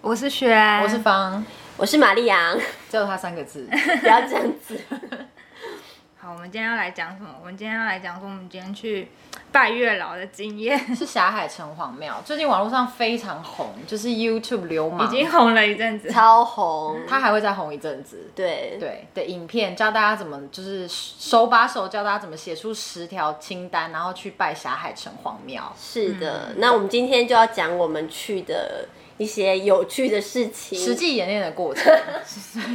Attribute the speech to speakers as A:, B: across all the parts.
A: 我是璇，
B: 我是方，
C: 我是玛丽 昂，
B: 叫他三个字。
C: 不要这样子。
A: 好，我们今天要来讲什么？我们今天要来讲说我们今天去拜月老的经验，
B: 是霞海城隍庙，最近网络上非常红，就是 YouTube 流
A: 已
B: 氓，
A: 经红了一阵子。
C: 超红，
B: 他还会再红一阵子。
C: 对
B: 对的影片教大家怎么就是手把手教大家怎么写出十条清单，然后去拜霞海城隍庙。
C: 是
A: 嗯
C: 的。那我们今天就要讲我们去的一些有趣的事情，
B: 实际演练的过程，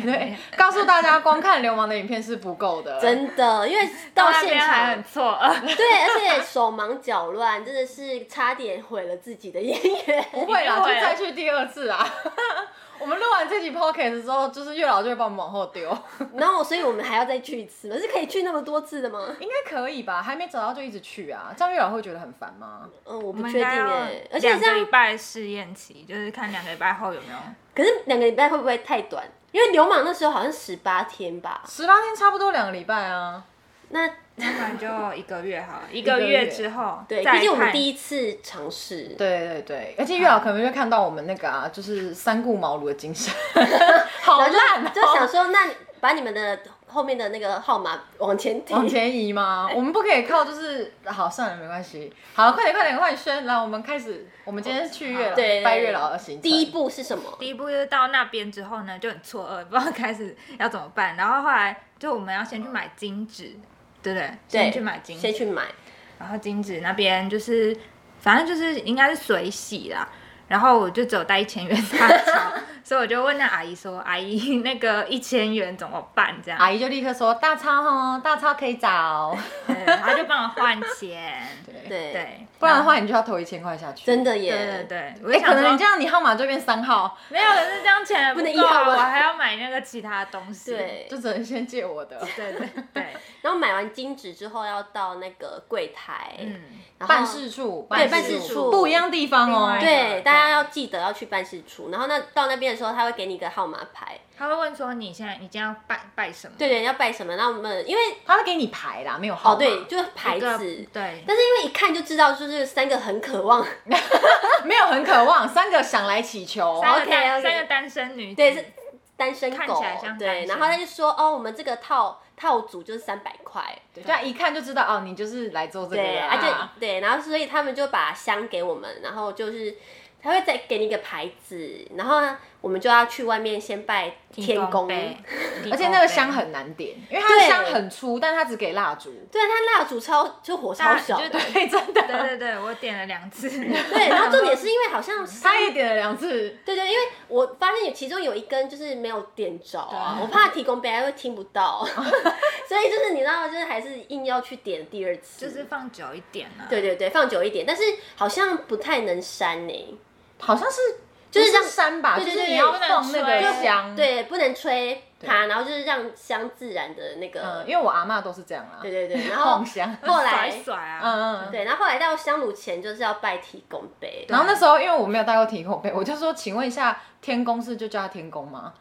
B: 对，告诉大家光看流氓的影片是不够的，
C: 真的，因为到
A: 到那
C: 现
A: 边还很
C: 场，
A: 错愕，
C: 对，而且手忙脚乱，真的是差点毁了自己的演员。
B: 不会啦，
A: 不
B: 就
A: 会
B: 再去第二次啊。 我们录完这集 p o c k e t 的时候，就是月老就会把我们往后丢，
C: 然后，所以我们还要再去一次吗？是可以去那么多次的吗？
B: 应该可以吧？还没找到就一直去啊，这样月老会觉得很烦吗？
C: 嗯，我
A: 我
C: 不
A: 们
C: 确定
A: 应该要
C: 哎、而且
A: 两
C: 这
A: 个礼
C: 样，
A: 拜试验期，就是看两个礼拜后有没 有。
C: 可是两个礼拜会不会太短？因为流氓那时候好像十八天吧，
B: 十八天差不多两个礼拜啊，
C: 那
A: 那不然就一个月好了，一
B: 个
A: 个
B: 月
A: 月之后
C: 对，
A: 再
C: 毕竟我们
A: 看
C: 第一次尝试，
B: 对对对，而且月老可能就看到我们那个啊，就是三顾茅庐的精神，好
C: 然后就
B: 烂、哦，
C: 就想说，那你把你们的后面的那个号码往前提，
B: 往前移吗？我们不可以靠，就是好算了，没关系。好了，快点快点快点宣，来，我们开始，我们今天去月老
C: 对对
B: 拜月老的行程。
C: 第一步是什么？
A: 第一步就是到那边之后呢，就很错愕，不知道开始要怎么办。然后后来就我们要先去买金纸，对不对？先去买金
C: 先
A: 纸，
C: 去买，
A: 然后金纸那边就是反正就是应该是水洗啦。然后我就只有带一千元大钞， 所以我就问那阿姨说：“阿姨，那个一千元怎么办？”这样，
B: 阿姨就立刻说：“大钞哦，大钞可以哦找。
A: 对她就帮我换钱。
B: 对
C: 对，
A: 对，
B: 不然的话你就要投一千块下去。
C: 真的
A: 对对
C: 耶，
A: 对，我
B: 哎、
A: 就
B: 可
A: 想
B: 能
A: 说
B: 你这样你号码就变三号，
A: 没有，可是这样钱
C: 不能
A: 够啊
C: 一号吗
A: 我还要买那个其他东西。
C: 对
B: 就只能先借我的。
A: 对对对，
C: 然后买完金纸之后，要到那个柜台，
A: 嗯。
C: 然后
B: 办事处，
C: 对
B: 事
C: 办事处
B: 不一样地方哦。
A: 另外
C: 对，
A: 对
C: 大家要记得要去办事处，然后那到那边的时候，他会给你一个号码牌，
A: 他会问说你现在你今天要拜拜什么？
C: 对对，要拜什么？那我们因为
B: 他会给你牌啦，没有号
C: 哦
B: 码。
C: 对，就是牌
A: 一个，
C: 子，
A: 对，
C: 但是因为一看就知道，就是三个很渴望，
B: 没有很渴望，三个想来祈求。
A: 三个
C: OK，
A: 单
C: OK
A: 三个单身女子，
C: 对，是单身
A: 看
C: 狗
A: 起来像，单身
C: 对，然后他就说哦，我们这个套套组就是三百块，
B: 对，这样一看就知道哦，你就是来做这个
C: 对，
B: 的、
C: 啊就对，然后所以他们就把香给我们，然后就是他会再给你一个牌子，然后呢，我们就要去外面先拜天公，
A: 杯
C: 对，
B: 而且那个香
A: 很
B: 很难点，因为它的
C: 对
B: 香很粗，但它只给蜡烛。
C: 他蜡烛超就火超小
A: 就
C: 的，
B: 对，真的，
A: 对对对，我点了两 次，
C: 对，
A: 对
C: 然后重点是因为好像是。
B: 他也点了两次。
C: 对对，因为我发现有其中有一根就是没有点着啊，
A: 对
C: 我怕提供杯还会听不到， 所以就是你知道，就是还是硬要去点第二次，
A: 就是放久一点啊，
C: 对对对，放久一点，但是好像不太能删呢、欸
B: 好像是
C: 就是这样
B: 不山吧，
C: 对对对
B: 就是你要放那
A: 不能
B: 个
A: 吹
B: 香，，
C: 对，不能吹它，然后就是让香自然的那个，
B: 嗯，因为我阿嬷都是这样啊，
C: 对对 对，然后
B: 放香，
A: 会
C: 后
A: 甩
C: 来
A: 一甩啊，
B: 嗯嗯。
C: 对，然后后来到香炉前就是要拜提供杯，
B: 然后那时候因为我没有带过提供杯，我就说，请问一下，天公是就叫他天公吗？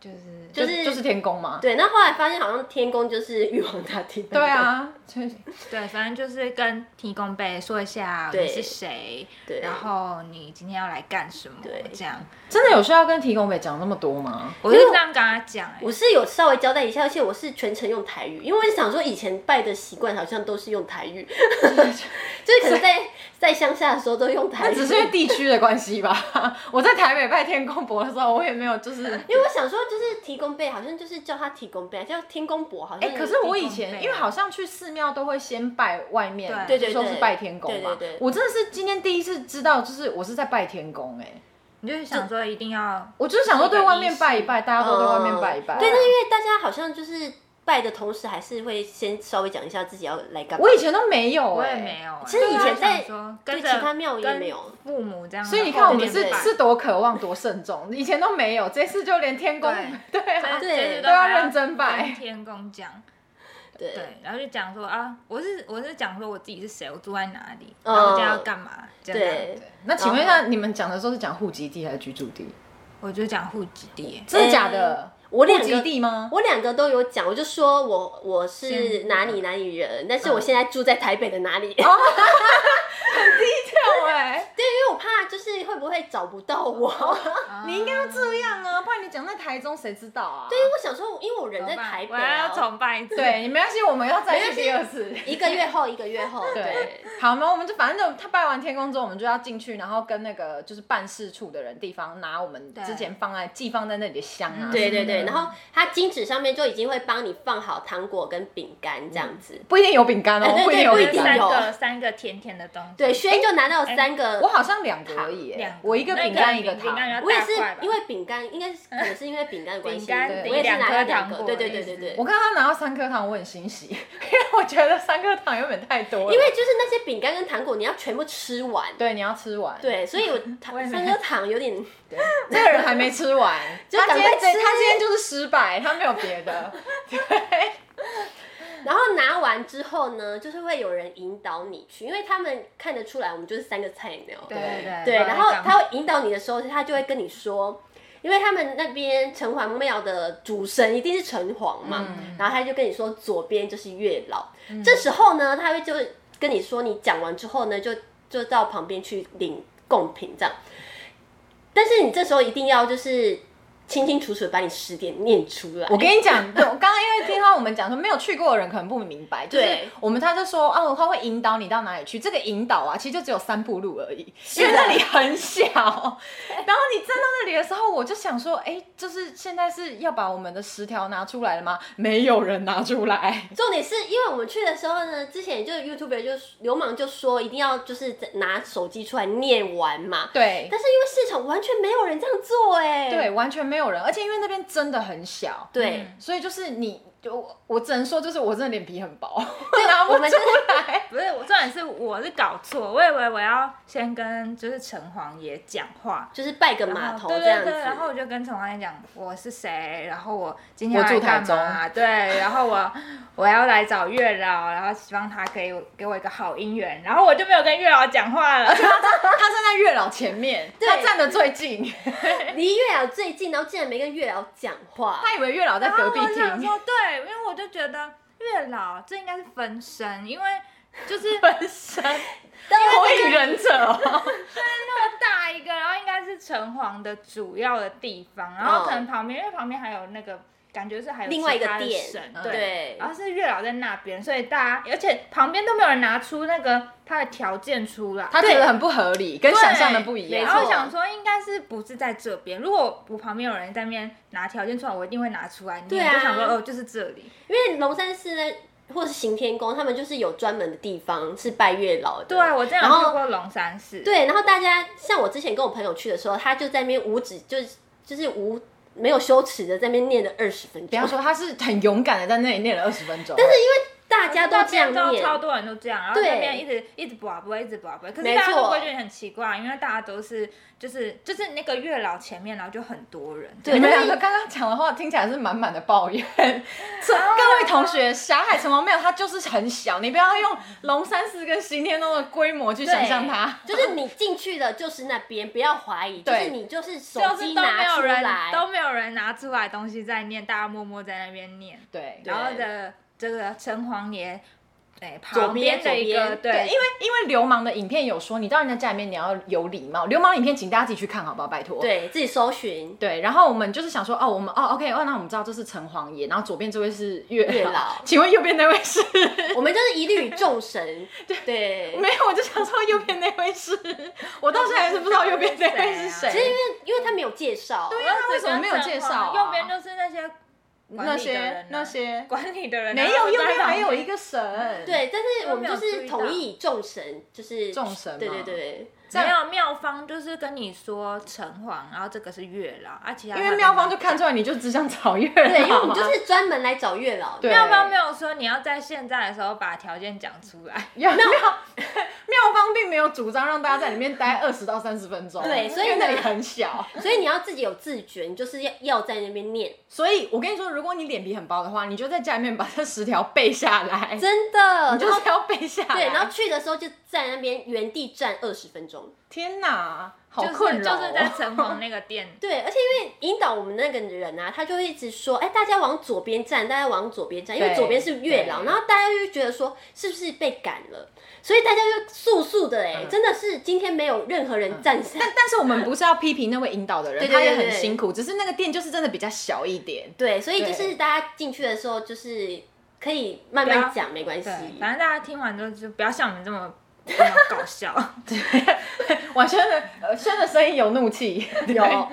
A: 就是
C: 就
B: 就是是天公吗？
C: 对，那后来发现好像天公就是玉皇大帝，
B: 对，啊，就是
A: 对，反正就是跟提供杯说一下
C: 对
A: 你是谁，
C: 对，
A: 然后你今天要来干什么
C: 对，
A: 这样，
B: 真的有需要跟提供杯讲那么多吗？
A: 我就这样跟他讲，哎
C: 我是有稍微交代一下，而且我是全程用台语，因为我想说以前拜的习惯好像都是用台语， 就是可能在在乡下的时候都用台
B: 那
C: 语，
B: 只是因为地区的关系吧。 我在台北拜天公伯的时候，我也没 有就是
C: 因为我想说就是提供杯好像就是叫他提供杯，叫天公伯好像
B: 哎、
C: 有点，
B: 可是我以
A: 地公
B: 前
A: 拜
B: 因为好像去寺庙都会先拜外面，
A: 对
B: 就
C: 对对
B: 说
C: 对
B: 是拜天公嘛。
C: 对对对
B: 我真的是今天第一次知道，就是我是在拜天公哎、
A: 你就是想说一定要
B: 我就是想说对外面拜一拜，大家都在外面拜一拜、
C: 嗯对，那因为大家好像就是拜的同时，还是会先稍微讲一下自己要来干嘛。
B: 我以前都没有
A: 我
B: 哎、
A: 也没有欸、
C: 其实以前在
A: 就是想说
C: 对
A: 跟着
C: 其他庙也没有，
A: 跟父母这样，
B: 所以你看，我们
A: 然后
B: 是
A: 就拜
B: 是多渴望、多慎重，以前都没有，这次就连天公 对啊，
A: 对
C: 对
A: 就是
B: 都要
A: 还
B: 认真拜
A: 跟天公讲，
C: 对
A: 对，然后就讲说啊，我是我是讲说我自己是谁，我住在哪里，然
C: 嗯
A: 后我家要干嘛，这样，
C: 对，
B: 那请问
A: 呃
B: 一下，你们讲的时候是讲户籍地还是居住地？
A: 我就讲户籍地，
B: 真的假的？
C: 欸我两
B: 户籍
C: 个
B: 地吗？
C: 我两个都有讲，我就说我我是哪里哪里人，但是我现在住在台北的哪里？
B: 哦，
A: 哎
B: 对、欸，
C: 对，因为我怕就是会不会找不到我。
A: 哦
B: 你应该要这样啊，不然你讲在台中谁知道啊？
C: 对，因为我想说，因为我人在台北
A: 我要
C: 啊，
A: 重办一次。，
B: 对，你没关系，我们要再去第二次。
C: 一个月后一个月后，对
B: 对，，好，那我们就反正就他拜完天公之后，我们就要进去，然后跟那个就是办事处的人地方拿我们之前放在寄放在那里的香啊，
C: 嗯对对对。然后它金纸上面就已经会帮你放好糖果跟饼干这样子。
B: 不一定有饼干哦
C: 哎，对
B: 不一定
C: 对
B: 有
C: 不一
B: 饼
C: 定
A: 三
B: 干
C: 有
A: 个三个甜甜的东西。
C: 对，轩就拿到三
B: 我
C: 个。
B: 好像两个而已耶
A: 两，
B: 我一个饼干一个
A: 饼
B: 糖，
A: 干比
C: 我也
A: 较大
C: 是
A: 块吧，嗯
C: 因为饼干，应该是可能是因为饼干的关系，
A: 饼干
C: 对
B: 对
C: 我也是拿到
A: 两
C: 两
A: 颗
C: 个
A: 糖，果
C: 对对对对对。
B: 我看到他拿到三颗糖，我很欣喜，因为我觉得三颗糖有点太多了，
C: 因为就是那些饼干跟糖果，你要全部吃完。
B: 对你要吃完，
C: 对，所以 我
A: 我也
C: 糖
A: 没
C: 三颗糖有点
B: 这个人还没吃完，
C: 就
B: 他今天
C: 赶快吃
B: 他今天就是失败，他没有别的，
C: 然后拿完之后呢，就是会有人引导你去，因为他们看得出来我们就是三个菜鸟。
A: 对对
C: 对，然后
A: 他
C: 他会引导你的时候，他就会跟你说，因为他们那边城隍庙的主神一定是城隍嘛，
B: 嗯
C: 然后他就跟你说左边就是月老。这时候呢，他会就跟你说，你讲完之后呢，就就到旁边去领贡品这样。但是你这时候一定要就是清清楚楚地把你十点念出来。
B: 我跟你讲，对我刚刚因为听到我们讲说没有去过的人可能不明白，就是
C: 对
B: 我们他就说哦，他会引导你到哪里去。这个引导啊，其实就只有三步路而已，
C: 是
B: 因
C: 的
B: 为那里很 小。然后你站到那里的时候，我就想说，哎，就是现在是要把我们的十条拿出来了吗？没有人拿出来。
C: 重点是因为我们去的时候呢，之前就 YouTuber 就流氓就说一定要就是拿手机出来念完嘛，
B: 对
C: 但是因为市场完全没有人这样做哎、
B: 对，完全没有人，而且因为那边真的很小，
C: 对，
A: 嗯
B: 所以就是你，我我只能说，就是我真的脸皮很薄， 拿不
C: 我们
B: 出
C: 真
B: 来。
A: 不是，我重点是我是搞错，我以为我要先跟就是城隍爷讲话。
C: 就是拜个
A: 然
C: 码
A: 后
C: 头
A: 对
C: 这样
A: 对
C: 子，
A: 对，然后我就跟城隍爷讲我是谁，然后我今天
B: 我住
A: 来
B: 台
A: 干嘛？对，然后我我要来找月老，然后希望他给我给我一个好姻缘，然后我就没有跟月老讲话了。
B: 他站在月老前面，
C: 对
B: 他站的最近。
C: 离月老最近，然后竟然没跟月老讲话，
B: 他以为月老在隔壁
A: 然后我想
B: 听，
A: 说对，因为我就觉得月老这应该是分身，因为就是
B: 分身，
C: 当然
B: 火影忍者哦，
A: 大一个，然后应该是城隍的主要的地方，然后可能旁边，因为旁边还有那个感觉是还有
C: 另外一个
A: 其他的
C: 店
A: 神
B: 嗯
A: 对。
C: 对
A: 然后是月老在那边，所以大家而且旁边都没有人拿出那个他的条件出来，
B: 他觉得很不合理，跟
A: 对
B: 想象的不一
C: 没
A: 然
B: 样。
C: 错
A: 后想说应该是不是在这边，如果我旁边有人在那边拿条件出来，我一定会拿出来。
C: 对啊
A: 你就想说哦，就是这里，
C: 因为龙山寺呢，或是行天宫，他们就是有专门的地方是拜月老的，
A: 对我这样
C: 然后
A: 去过龙山寺，
C: 对，然后大家像我之前跟我朋友去的时候，他就在那边无止，就是就是无没有羞耻的在那边念了二十分
B: 比
C: 钟
B: 方，说，他是很勇敢的在那里念了二十分钟，
C: 但是因为
A: 啊
C: 大
A: 大
C: 家都这样念，
A: 超多人都这样，然后
C: 对
A: 那边一直一直不不一直不不，可
C: 没
A: 是大家都
C: 错
A: 不会觉得很奇怪，因为大家都是就是就是那个月老前面，然后就很多人。
C: 对
B: 你们
C: 但
B: 两
C: 是
B: 个刚刚讲的话听起来是满满的抱怨。 所以各位同学，霞海城隍庙它就是很小，你不要用龙山寺跟新天宫的规模去想象它。
C: 就是你进去的就是那边，不要怀疑，就
B: 对
C: 是你就是手
A: 就是
C: 机
A: 都没
C: 拿
A: 有
C: 出
A: 人
C: 来，
A: 都没有人拿出来东西在念，大家默默在那边念，
B: 对，
C: 对
A: 然后的这个城隍爷，哎，
C: 左
A: 旁
C: 边
A: 边的一个
C: 左边
B: 对，因
A: 对，
B: 为因为流氓的影片有说，你到人家家里面你要有礼貌。流氓影片，请大家自己去看，好不好？拜托。
C: 对自己搜寻。
B: 对，然后我们就是想说，哦，我们哦，OK，哦，那我们知道这是城隍爷，然后左边这位是月
C: 月老
B: 请问右边那位是？
C: 我们就是一律众神，对。
B: 没有，我就想说右边那位是，我到现在还是不知道右边那位是
A: 其
C: 其实
B: 谁。
C: 因为因为他没有介绍，
B: 对
A: 然
B: 啊
A: 后，
B: 他为什么没有介绍啊
A: 右边就是那些管理的
B: 那
A: 人
B: 些
A: 啊
B: 那些
A: 管理的人啊，
B: 没有，右边
A: 在旁
B: 还有一个神。，
C: 对，但是我们就
A: 都没有注
C: 是
A: 意到
C: 统一以众神，就是
B: 众神嘛
C: 对对对，
A: 没有妙方就是跟你说城隍，然后这个是月老，啊，其他
B: 因
A: 他都
B: 为妙方
A: 没
B: 就
A: 有
B: 看出来你就只想找月
C: 对，因为我
B: 老嘛，啊
C: 们就是专门来找月老的，
B: 对
A: 妙方没有说你要在现在的时候把条件讲出来，
B: 妙妙妙方并没有主张让大家在里面待二十到三十分钟，
C: 对所以
B: 因为那里
C: 呢
B: 很小。
C: 所以你要自己有自觉，你就是要要在那边念，
B: 所以我跟你说，如果你脸皮很薄的话，你就在家里面把这十条背下来，
C: 真的，
B: 你就
C: 然后
B: 是要背下来。
C: 对，然后去的时候就在那边原地站二十分钟，，
B: 天哪，好
A: 就
B: 困
A: 是
B: 扰哦、
A: 就是在城隍那个 店
C: 对，而且因为引导我们那个人啊，他就会一直说，哎、大家往左边站，大家往左边站，因为
B: 对
C: 左边是月老，
B: 对
C: 然后大家就觉得说是不是被赶了，所以大家就速速的、
A: 嗯
C: 哎、真的是今天没有任何人站上，
B: 但但是我们不是要批评那位引导的人，
C: 对对
B: 他
C: 对
B: 也
C: 对
B: 很
C: 对
B: 辛苦，只是那个店就是真的比较小一点。
C: 对，所以就
B: 对
C: 是大家进去的时候就是可以慢
A: 不要
C: 慢讲，没关系
A: 对，，反正大家听完之后就不要像我们这么这么搞笑，
B: 婉轩的呃轩的声音有怒 气，
C: 有，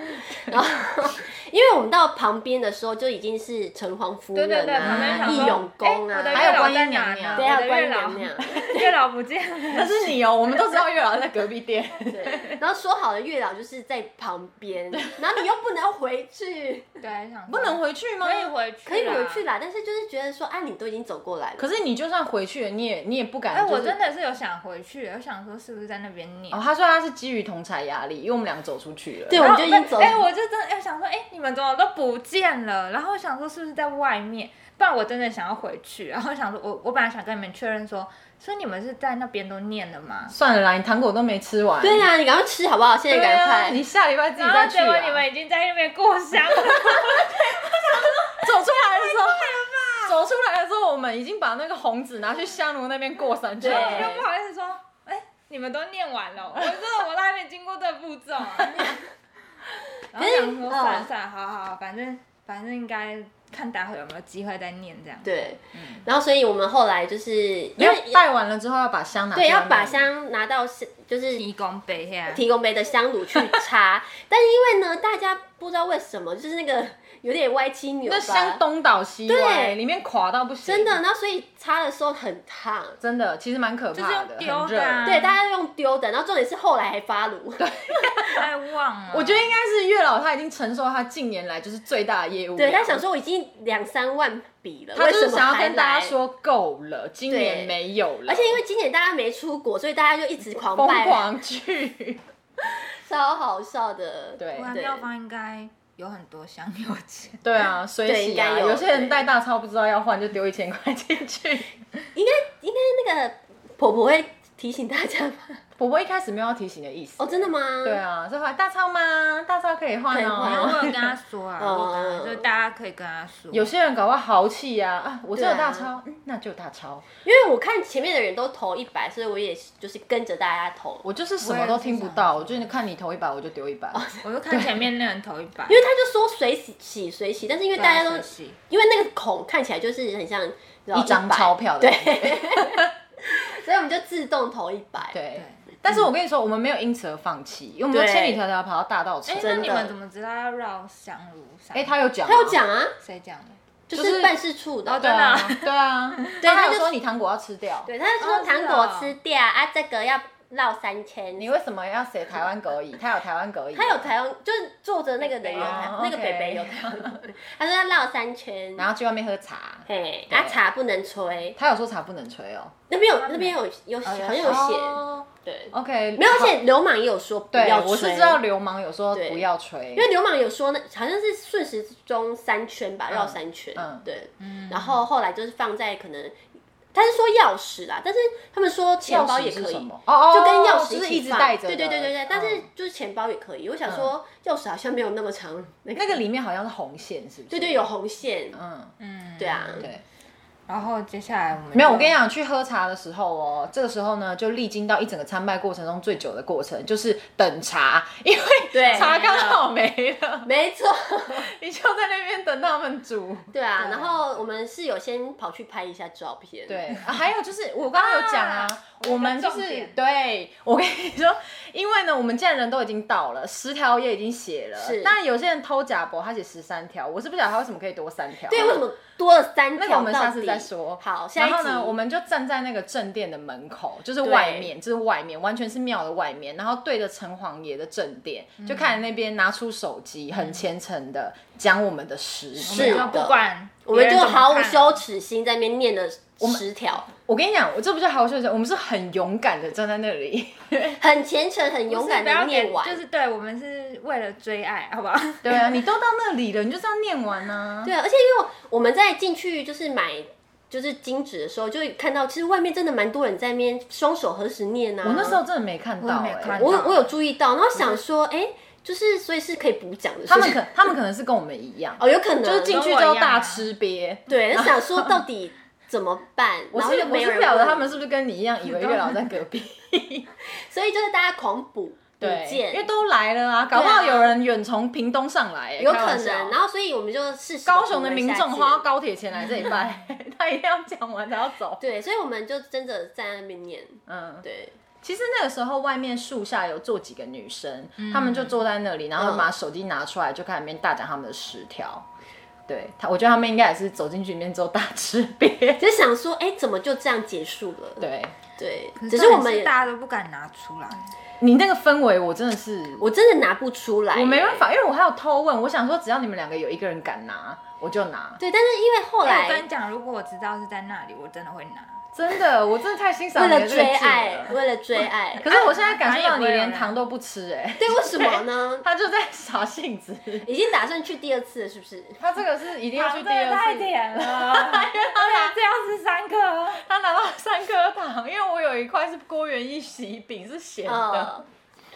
C: 然后因为我们到旁边的时候就已经是城隍夫
A: 对
C: 人啊、
A: 对对，旁边想说
C: 义勇宫
A: 哎
C: 啊
A: 我，的
B: 还有
A: 月老
B: 观音
A: 在
B: 娘
A: 哪
B: 娘
A: 呢？
C: 对啊，
A: 我的
C: 关
A: 月
C: 于
A: 老
C: 娘，娘。
A: 月老不见
B: 那
A: 了，
B: 是你哦，我们都知道月老在隔壁店。
C: 对，然后说好的月老就是在旁边，然后你又不能回 去，
A: 对，想说
B: 不能回去吗？
A: 可以。回去，啊
C: 可以回
B: 啊
C: 去。啦，但是就是觉得说啊，你都已经走过来了，
B: 可是你就算回去了，你也你也不敢、
A: 哎，
B: 就是。
A: 我真的是有想回去，我想说是不是在那边念
B: 哦，。他说他是基于同才压力，因为我们两个走出去了。
C: 对，我
A: 然
C: 们
A: 后
C: 就已经走，
A: 哎、我就真的哎想说，哎、你们怎么都不见了？然后我想说是不是在外面？不然我真的想要回去。然后想说我，我本来想跟你们确认说，所以你们是在那边都念了吗？
B: 算了啦，你糖果都没吃完。
C: 对啊呀、你赶快吃好不好？现在
B: 啊对啊，
C: 赶快，
B: 你下礼拜自己
A: 然
B: 再
A: 后
B: 去、
A: 结
B: 啊。
A: 果你们已经在那边过香 了，
B: 走出来的 时候，走出来的时候，我们已经把那个红纸拿去香炉那边过三圈。
A: 然后我
C: 对
A: 就不好意思说，哎、你们都念完了，我说我都还没经过这步骤、啊。 然后想说算了算了，好好好，反正反正应该看待会有没有机会再念这样。
C: 对，然后所以我们后来就是因
B: 嗯要
C: 为
B: 拜完了之后要把香拿去
C: 对
B: 外
C: 要
B: 面
C: 把香拿到是就是
A: 提供杯啊呀，
C: 提供杯的香炉去 插，但是因为呢，大家不知道为什么，就是那个有点歪七扭
B: 那香
C: 八，
B: 东倒西歪，
C: 对
B: 里面垮到不行，
C: 真的，然后所以插的时候很烫，
B: 真的，其实蛮可
A: 就是
B: 怕
A: 用
B: 的，
A: 丢
B: 很
A: 的啊
B: 热。
C: 对，大家都用丢的，然后重点是后来还 发炉，
A: 太忘了。
B: 我觉得应该是月老他已经承受他近年来就是最大的业务量，
C: 对他想说我已经两三万笔了，
B: 他就
C: 为
B: 是
C: 什么
B: 想要
C: 还
B: 跟大
C: 来
B: 家，说够了，今年
C: 对
B: 没有了，
C: 而且因为今年大家没出国，所以大家就一直狂
B: 疯
C: 拜，啊
B: 狂去，
C: 超好笑的。
B: 对，
A: 不然
C: 对
A: 妙方应该有很多香油 钱
B: 对啊，水
C: 对
B: 洗
C: 应
B: 啊，
C: 该有
B: 有些人带大钞不知道要换就丢一千块进去，
C: 应该那个婆婆会提醒大家吧？
B: 婆婆一开始没有要提醒的意思
C: 哦，，真的吗？
B: 对，啊，这块大钞吗？大钞可以换
C: 可以
A: 然
B: 哦
A: 后
C: 换。
A: 我有跟他说 啊，
C: 嗯
A: 我有跟他就是大家可以跟他说，
B: 有些人搞不好豪气呀、啊，我这有
C: 对啊
B: 大钞、嗯，那就有大钞。
C: 因为我看前面的人都投一百，所以我也就是跟着大家投。
B: 我就是什么都听不到，我就是看你投一百，我就丢一百。
C: 哦
A: 我就看前面那人投一百，
C: 因为他就说水洗洗水洗，但是因为
B: 啊
A: 对啊
C: 大家都
A: 水洗
C: 因为那个孔看起来就是很像
B: 一张钞，票的
C: 对
B: 感觉。
C: 你知道100所以我们 就自动投一百。
B: 对
A: 对。
B: 但是我跟你说，我们没有因此而放弃，因为我们都千里迢迢跑到大道城
A: 哎。，那
C: 真的
A: 你们怎么知道要绕香炉山？
B: 哎，他有讲啊，
C: 他有讲啊，
A: 谁讲的？
C: 就
B: 就是
C: 是办事处的，
A: 哦
B: 对
A: 真的
B: 啊
A: 啊，
B: 对 啊，对
C: 他
B: 他有
C: 就
B: 说你糖果要吃掉，
C: 对，他就
A: 哦
C: 说
A: 真
C: 糖
A: 的
C: 果
A: 哦
C: 吃掉啊，这个要绕三千。
B: 你为什么要写台湾狗语？他有台湾狗语，
C: 他有台湾，就是坐着那个人有台，
B: 哦
C: 那个
B: OK
C: 北北有台湾，他说要绕三圈，
B: 然后去外面喝茶。
C: 嘿，
B: 对
C: 啊茶不能吹，
B: 他有说茶不能吹哦，
C: 那边有那边有有好像有写，
B: 哦
C: 对，
B: OK，
C: 没有，而且流氓也有说不
B: 对
C: 要，
B: 我是
C: 吹
B: 知道流氓有说
C: 对
B: 不要吹，
C: 因为流氓有说那好像是顺时钟三圈吧，绕三圈，
B: 嗯
C: 对，
A: 嗯
C: 然后后来就是放在可能，他是说钥匙啦，但是他们说钱包也
B: 钥匙
C: 可
B: 是
C: 以
B: 什，么，哦哦，
C: 就跟钥
B: 哦
C: 匙
B: 就是
C: 起
B: 一直
C: 放
B: 带着的，
C: 对对对对对，但是
B: 嗯
C: 就是钱包也可以。我想说钥匙好像没有那么长，那
B: 那个里面好像是红线，是不是？
C: 对对有，红线，
B: 嗯，
A: 嗯，
C: 对啊，
B: 对。
A: 然后接下来我们
B: 没有，我
A: 就
B: 跟你讲，去喝茶的时候哦，这个时候呢，就历经到一整个参拜过程中最久的过程，就是等茶，因为
C: 对，
B: 茶刚好没了，
C: 没错，
B: 你就在那边等他们煮。
C: 对啊。然后我们是有先跑去拍一下照片，
B: 对，啊还有就是我刚刚有讲啊，我们就
A: 重
B: 是
A: 点
B: 对我跟你说，因为呢，我们既然人都已经到了，十条也已经写了，
C: 是
B: 但有些人偷假博，他写十三条，我是不晓得他为什么可以多三条。
C: 对，为什么多了三
B: 那个我
C: 条？
B: 们下次再说。
C: 好，下
B: 然
C: 一
B: 后
C: 集
B: 呢，我们就站在那个正殿的门口，就是外面，就是外面，完全是庙的外面，然后对着城隍爷的正殿，就看着那边拿出手机，很虔诚的讲我们的实
A: 我
B: 是
A: 们
C: 是
A: 就
C: 的
A: 不管
C: 我们
A: 别
C: 就
A: 人怎么看
C: 毫无羞耻心在那边念了十条，
B: 我跟你讲，我这不叫好羞耻，我们是很勇敢的站在那里。
C: 很虔诚、很勇敢
A: 不是不要
C: 的念
A: 给
C: 完
A: 就。是对我们是为了追爱，好不好？
B: 对啊，你都到那里了，你就是要念完呢、啊。
C: 对啊，而且因为我们在进去就是买就是金纸的时候，就会看到其实外面真的蛮多人在那边双手合十念啊。
B: 我那时候真的没看到、
A: 我也
B: 欸，
A: 没看到
C: 我有我有注意到，然后想说，哎、就是所以是可以补奖的，
B: 他们
C: 是不
B: 可
C: 是
B: 他们可能是跟我们一 样，
C: 哦有可能
B: 就是进去
A: 跟
B: 就
A: 我一样啊
B: 大吃瘪。
C: 对，想说到底怎么办，
B: 我
C: 然
B: 是
C: 后又
B: 我
C: 没
B: 是
C: 有
B: 不
C: 人
B: 晓得
C: 问
B: 他们是不是跟你一样，以为月老在隔壁。
C: 所以就是大家狂补补
B: 对，因为
C: 件，
B: 都来了啊，搞不好
C: 对啊
B: 有人远从屏东上来、欸，
C: 有
B: 开
C: 可
B: 玩笑
C: 能。然后所以我们就适时地
B: 高雄的
C: 补了一
B: 民
C: 下
B: 众
C: 件
B: 花高铁钱来这里 拜，他一定要讲完才要走。
C: 对，所以我们就真的在那边念，
B: 嗯，
C: 对，
B: 其实那个时候外面树下有坐几个女生，她、们就坐在那里，然
C: 嗯
B: 后把手机拿出来，就开始里面大讲她们的十条。对他，我觉得他们应该也是走进去里面之后大吃瘪。
C: 只是想说，哎、怎么就这样结束了？
B: 对
C: 对，
A: 可
C: 只是我
A: 重点
C: 们也
A: 大家都不敢拿出来，
B: 你那个氛围，我真的是我
C: 我真的拿不出来、
B: 我没办。法，因为我还有偷问，我想说只要你们两个有一个人敢拿，我就拿。
C: 对，但是因为
A: 因
C: 后
A: 为
C: 来
A: 哎我跟你讲，如果我知道是在那里，我真的会拿。
B: 真的，我真的太欣赏
C: 为
B: 你的
C: 了
B: 这个
C: 追
B: 劲
C: 爱，
B: 了。
C: 为了追 爱，
B: 可是我现在感受到
A: 反正也不
B: 你
A: 会有人
B: 连糖都不吃哎、
C: 对，为什么呢？
B: 他就在耍性子。
C: 已经打算去第二次了，是不是？
B: 他这个是一定要
A: 糖
B: 去第
A: 真的
B: 二
A: 太
B: 次，
A: 甜了，对啊，这样是三颗。
B: 他拿到三颗糖，因为我有一块是郭元一喜饼是咸的，
C: 呃，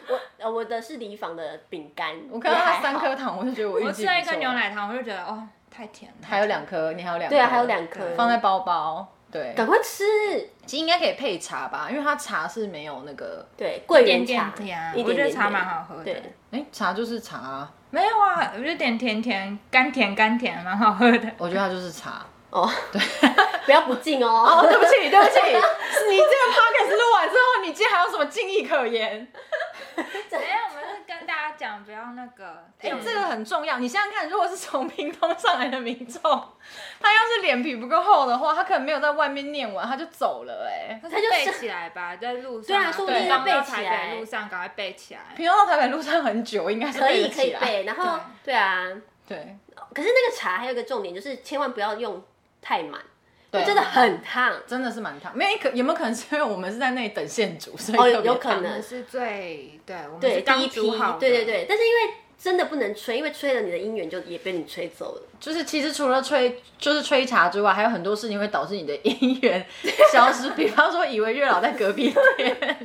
C: 我呃我的是离房的饼干，
B: 我看到
C: 也还
B: 他
C: 好
B: 三颗。糖，我就觉得我
A: 我
B: 运
A: 吃
B: 气
A: 了一
B: 不
A: 颗
B: 错。
A: 牛奶糖，我就觉得哦，太甜了。
B: 还有两颗，你还有两颗嗯
C: 对啊，还有两颗，
B: 放在包包。对，
C: 赶快吃。
B: 其实应该可以配茶吧，因为它茶是没有那个，
C: 对，桂
A: 点
C: 圆
A: 点
C: 茶，
A: 甜啊
C: 一
A: 我
C: 点
A: 觉得
C: 点
A: 茶
C: 甜
A: 蛮好喝的
C: 对，
B: 哎、茶就是茶啊，
A: 没有啊，我就点甜甜，甘甜甘甜，蛮好喝 的。
B: 我觉得它就是茶。
C: 哦，对， 不要不敬哦。
B: 哦，对不起，对不起，是 你这个 podcast 录完之后，你竟然还有什么敬意可言？
A: 等一哎下我们是跟大家讲，不要那个。
B: 哎、
A: 哎、
B: 这个很重要。你想想看，如果是从屏东上来的民众，他要是脸皮不够厚的话，他可能没有在外面念完，他就走了、哎，
A: 它
C: 它
A: 是
C: 就
A: 背
C: 是
A: 起来吧，在路上。
C: 对啊说
B: 不定
A: 对
B: 要
A: 刚到
C: 背起来
A: 台北路上赶快背起来。
B: 屏东到台北路上很久，应该是
C: 可
B: 背
C: 以
B: 得
C: 可
B: 起
C: 以
B: 来。
C: 背，然后对啊，
B: 对，
C: 可是那个茶还有一个重点，就是千万不要用太满，
B: 对
C: 真的很烫。
B: 真的是蛮烫。没有可有没有可能是因为我们是在那里等现煮，所以
C: 哦
B: 特别
C: 有可
B: 烫
A: 我
C: 能
A: 们是最对，我们是
C: 对，第一
A: 刚
C: 批
A: 煮好，的。
C: 对对对，但是因为真的不能吹，因为吹了你的姻缘就也被你吹走了。
B: 就是其实除了吹就是吹茶之外，还有很多事情会导致你的姻缘消失。比方说，以为月老在隔壁 店，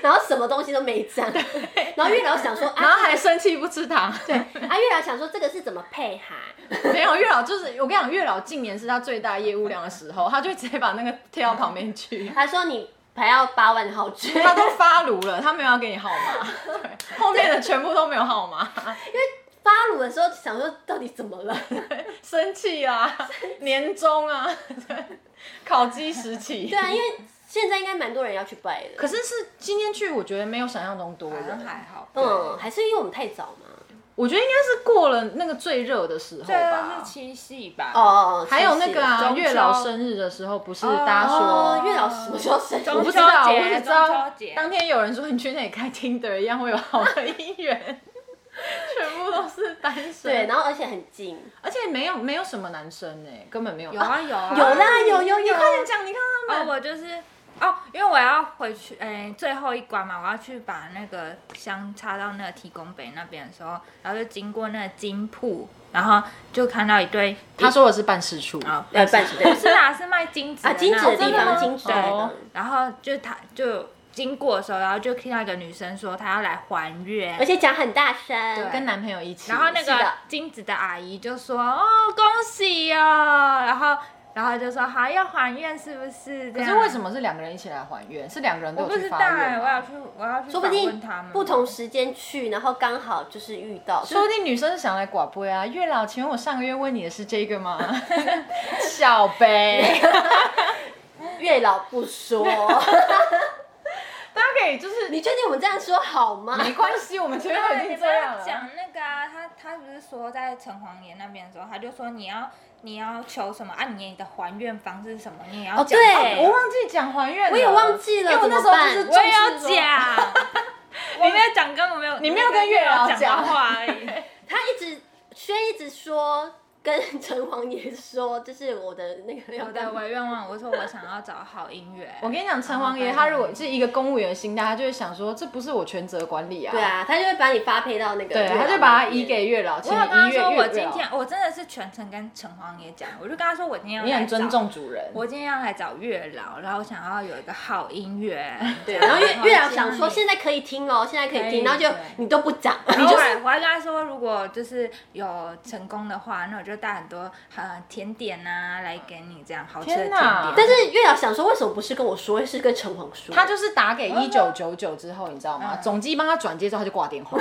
C: 然后什么东西都没沾， 然后月老想说
B: 然后
C: 啊，
B: 还生气不吃糖。对，
C: 啊月老想说这个是怎么配哈、
B: 没有月老就是我跟你讲，月老近年是他最大业务量的时候，他就直接把那个贴到旁边去。
C: 他说你还要八万好追，
B: 他都发炉了，他没有要给你号码，对，后面的全部都没有号码，
C: 发乳的时候想说到底怎么 了？
B: 生气啊，年终啊，对，烤鸡时期。
C: 对啊，因为现在应该蛮多人要去拜的，
B: 可是是今天去，我觉得没有想象中多
A: 好
B: 人
A: 像，还好。
C: 嗯，还是因为我们太早嘛。
B: 我觉得应该是过了那个最热的时候
A: 这啊个
B: 吧
A: 是。七夕吧？
C: 哦，哦，哦
B: 还有那个
A: 中
B: 啊，
A: 秋
B: 月老生日的时候，不是
A: 哦
B: 大家
C: 哦
B: 说，，
C: 月老什么时候生
B: 我
A: 中
B: 不
C: 日
B: 知？道，
A: 秋
B: 我
A: 节
B: 只知道
A: 中秋节
B: 当天有人说你去那里开 Tinder 一样会有好的姻 缘，全部都是单身，
C: 对，，然后而且很近，
B: 而且没有没有什么男生哎、根本没有。
A: 有啊有啊
C: 有啦有有有，
B: 快点讲，你看他
A: 哦，
B: 们，
A: 我就是哦，因为我要回去，哎、最后一关嘛，我要去把那个香插到那个提供北那边的时候，然后就经过那个金铺，然后就看到一对，
B: 他说我是办事处，
A: 啊、
C: 呃，半
A: 不是啦，是卖金子的
C: 啊，金子
A: 那
C: 的
A: 种
C: 地
B: 真的
C: 方，
B: 吗
C: 金子的地
B: 哦
C: 方，
A: 然后就他就经过的时候，然后就听到一个女生说她要来还愿
C: 而，且讲很大声，
B: 跟男朋友一起。
A: 然后那
C: 哎是的
A: 个金子的阿姨就说：“哦，恭喜哦！”然后然后就说：“好，要还愿是不是？”这
B: 可
A: 样
B: 是为什么是两个人一起来还愿？是两个人都
A: 我
B: 有
A: 不
B: 去
A: 知道
B: 发
A: 哎、
B: 愿
A: 我要
B: 吗？
A: 去我要去
C: 说不
A: 访问
C: 定
A: 他们
C: 不同时间去，然后刚好就是遇到，
B: 说不定女生是想来寡播啊。月老，请问我上个月问你的是这 个吗？小杯，
C: 月老不说，
B: 大家可以就是
C: 你确定我们这样说好吗？
B: 没关系，我们前面都已
A: 对，你
B: 经
A: 不
B: 这样
A: 要
B: 了。
A: 讲那个啊，他他不是说在城隍爷那边的时候，他就说你要你要求什么啊？你的还愿方式是什么？你也要
C: 哦
A: 讲。
C: 对
B: 我忘记讲还愿了，
C: 我也忘记了
B: 因为我那时候就是
C: 怎
A: 我也要
B: 重视说
A: 讲。 我没有讲跟我没有，
B: 你没有跟月老
A: 讲
B: 讲
A: 的话而已。
C: 他一直轩一直说。跟 城隍爷说，这是我的那个要
A: 我的唯愿望，我说我想要找好音乐。
B: 我跟你讲，
A: 哦
B: 城隍爷他如果是一个公务员心态，他就会想说，这不是我全责管理啊。
C: 对，啊，他就会把你发配到那个
B: 对，啊
C: 月老那边，
B: 他就把它移给月老，请
A: 啊我有
B: 你
A: 跟他
B: 一月
A: 说，我
B: 月
A: 今
B: 月
A: 天我真的是全程跟城隍爷讲，我就跟他说我今天要
B: 老，你很
A: 来找
B: 尊，重主人。
A: 我今天要来找月老，然后我想要有一个好音乐。
C: 对，啊然后月月老想说
A: 现
C: 现在可以听哦，现在可以
A: 可以
C: 听，然后就
A: 对
C: 你都不讲，
A: 然
C: 你
A: 后
C: 就
A: 我还我还跟他说，如果就是有成功的话，那我就带很多呃甜点啊来给你，这样好吃的甜
B: 天哪
A: 点。
C: 但是月老想说为什么不是跟我说，是跟城隍说？
B: 他就是打给
A: 嗯
B: 一九九九之后，你知道吗？总机帮他转接之后，他就挂 电话。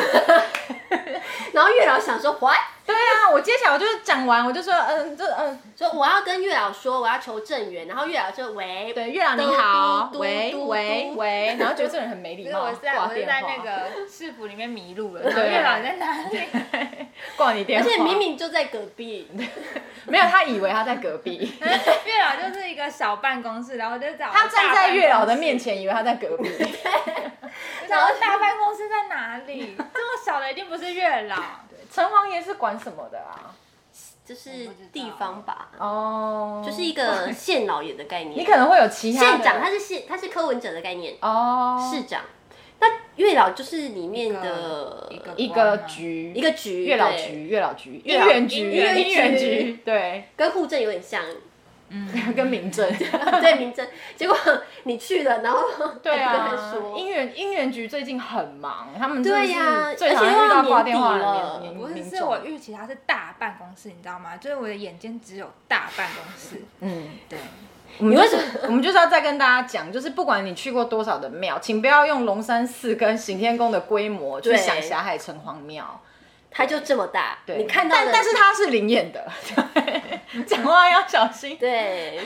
C: 然后月老想说 what？
B: 对啊，我接下来我就是讲完，我就说，嗯，这嗯，
C: 说我要跟月老说我要求正缘，然后月老就喂，
B: 对，月老你好，
C: 嘟嘟嘟
B: 喂
C: 嘟
B: 喂
C: 嘟
B: 喂，然后觉得这人很没礼
A: 因为
B: 貌，
A: 我是在
B: 挂
A: 我是
B: 电
A: 在
B: 话
A: 那，个市府里面迷 路了，然后
B: 对
A: 月老在哪里？
B: 挂你电
C: 而
B: 话，
C: 且明明就在隔壁，
B: 没有，他以为他在隔壁。
A: 月老就是一个小办公室，然后就找
B: 他站在月老的面
A: 前，
B: 前，以为他在隔壁。
A: 然后大办公室在哪里？ 这么小的一定不是月老。
B: 城隍爷是管什么的啊？
C: 就是地方吧，
B: 哦，
C: 就是一个县老爷的概念。
B: 你可能会有其他的
C: 县长他是县，他是柯文哲的概念，
B: 哦，
C: 市长。那月老就是里面
A: 一
C: 的
A: 个啊
B: 一个局，
C: 一个局，
B: 月老
C: 对，啊
B: 局，月老局，姻
C: 月老
B: 缘局，
A: 姻缘
B: 姻缘
C: 局
B: 局，对，
C: 跟户政有点像，
B: 跟民政。
C: 对民政。结果你去了，然后
B: 对
C: 还
B: 啊
C: 哎不跟他，
B: 姻
C: 说，
B: 缘姻缘局最近很忙，他们真的
C: 对呀
B: 是最
C: 而
B: 常
C: 且又
B: 遇
C: 要
B: 到挂
C: 年
B: 电
C: 底
B: 话
C: 了
B: 的民
A: 不
B: 民嗯民
A: 是，是
B: 众
A: 我预期他是大办公室，你知道吗？就是我的眼睛只有大办公室。
B: 嗯，
A: 对，
B: 我们就是我们就是要再跟大家讲，就是不管你去过多少的庙，请不要用龙山寺跟行天宫的规模去
C: 对
B: 想霞海城隍庙。
C: 他就这么大，
B: 对，
C: 你看到的
B: 但但是它是灵验的， 对，讲话要小心。
C: 对，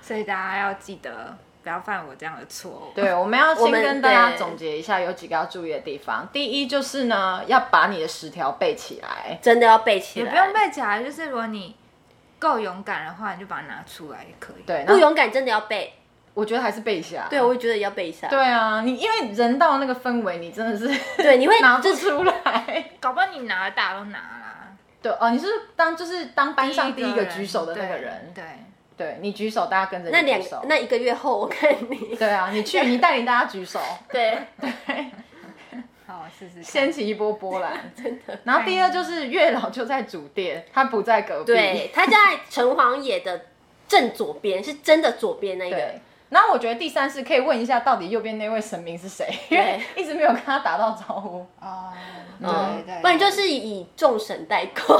A: 所以大家要记得不要犯我这样的错误。
B: 对，我们要
C: 我
B: 先
C: 们
B: 跟大家
C: 对
B: 总结一下有几个要注意的地方。第一就是呢，要把你的十条背起来。
C: 真的要背起
A: 也
C: 来，
A: 不用背起来，就是如果你够勇敢的话，你就把它拿出来也可以。，
B: 对，然
C: 不
B: 后
C: 勇敢真的要背。
B: 我觉得还是背一下。
C: 对，我也觉得要背一下。
B: 对啊，你因为人到那个氛围，你真的是
C: 对，你会
B: 拿
C: 就
B: 不
C: 是
B: 出来。
A: 搞不好你拿了大家都拿啦。
B: 对哦，你是当就是当班上第一个
A: 人
B: 举手的那个人，
A: 对，
B: 对你举手，大家跟着
C: 那
B: 你
C: 两
B: 举手。
C: 那一个月后，我看你。
B: 对啊，你去，你带领大家举 手，
C: 对，
A: 对好，我试试看。
B: 掀起一波波澜。 真的。然后第二就是月老就在主殿，他不在隔壁。
C: 对，他在城隍爷的正左边，是真的左边那个
B: 对。。然后我觉得第三是可以问一下，到底右边那位神明是谁，因为一直没有跟他打到招呼。
A: 哦，
B: 嗯
A: 对对，
C: 不然就是以众神代 购。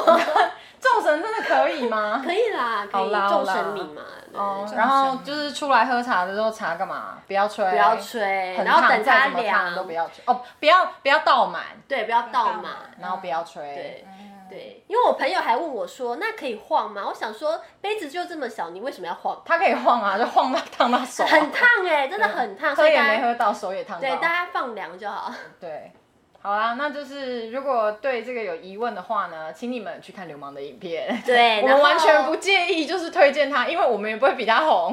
B: 众神真的可以 吗？
C: 可以啦，可
B: 好
C: 以
B: 啦
C: 众
B: 好啦
C: 神明嘛。
B: 哦
C: 对，
B: 然后就是出来喝茶的时候，茶干嘛？不要吹，
C: 不要吹，
B: 很烫，
C: 然后等
B: 再
C: 它
B: 怎么烫都不
C: 凉，
B: 要吹。哦，不要不要倒满，
C: 对，不要倒
A: 不要
C: 嘛
A: 倒。
B: 然后不要吹。
C: 对
A: 嗯
C: 对，因为我朋友还问我说，那可以晃吗？我想说杯子就这么小，你为什么要晃？
B: 他可以晃啊，就晃到烫到手啊，
C: 很烫哎，真的很烫，
B: 喝
C: 所以
B: 也
C: 大
B: 没
C: 家
B: 喝到，手也烫到。
C: 对大家放凉就 好。
B: 对，好啦，那就是如果对这个有疑问的话呢，请你们去看流氓的影片。
C: 对，
B: 我们
C: 然后
B: 完全不介意，就是推荐他，因为我们也不会比他 红。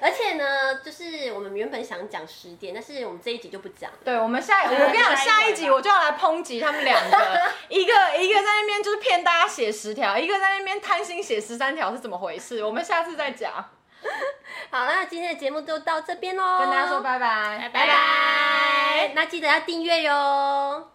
C: 而且呢，就是我们原本想讲十点，但是我们这一集就不讲了。
B: 对，我们 下一，我跟你讲，下一集我就要来抨击他们两 个，一个一个在那边就是骗大家写十条，一个在那边贪心写十三条，是怎么回事？我们下次再讲，
C: 好，那今天的节目就到这边喽，哎
B: 跟大家说拜拜，
A: 拜拜
C: 拜拜，那记得要订阅哟。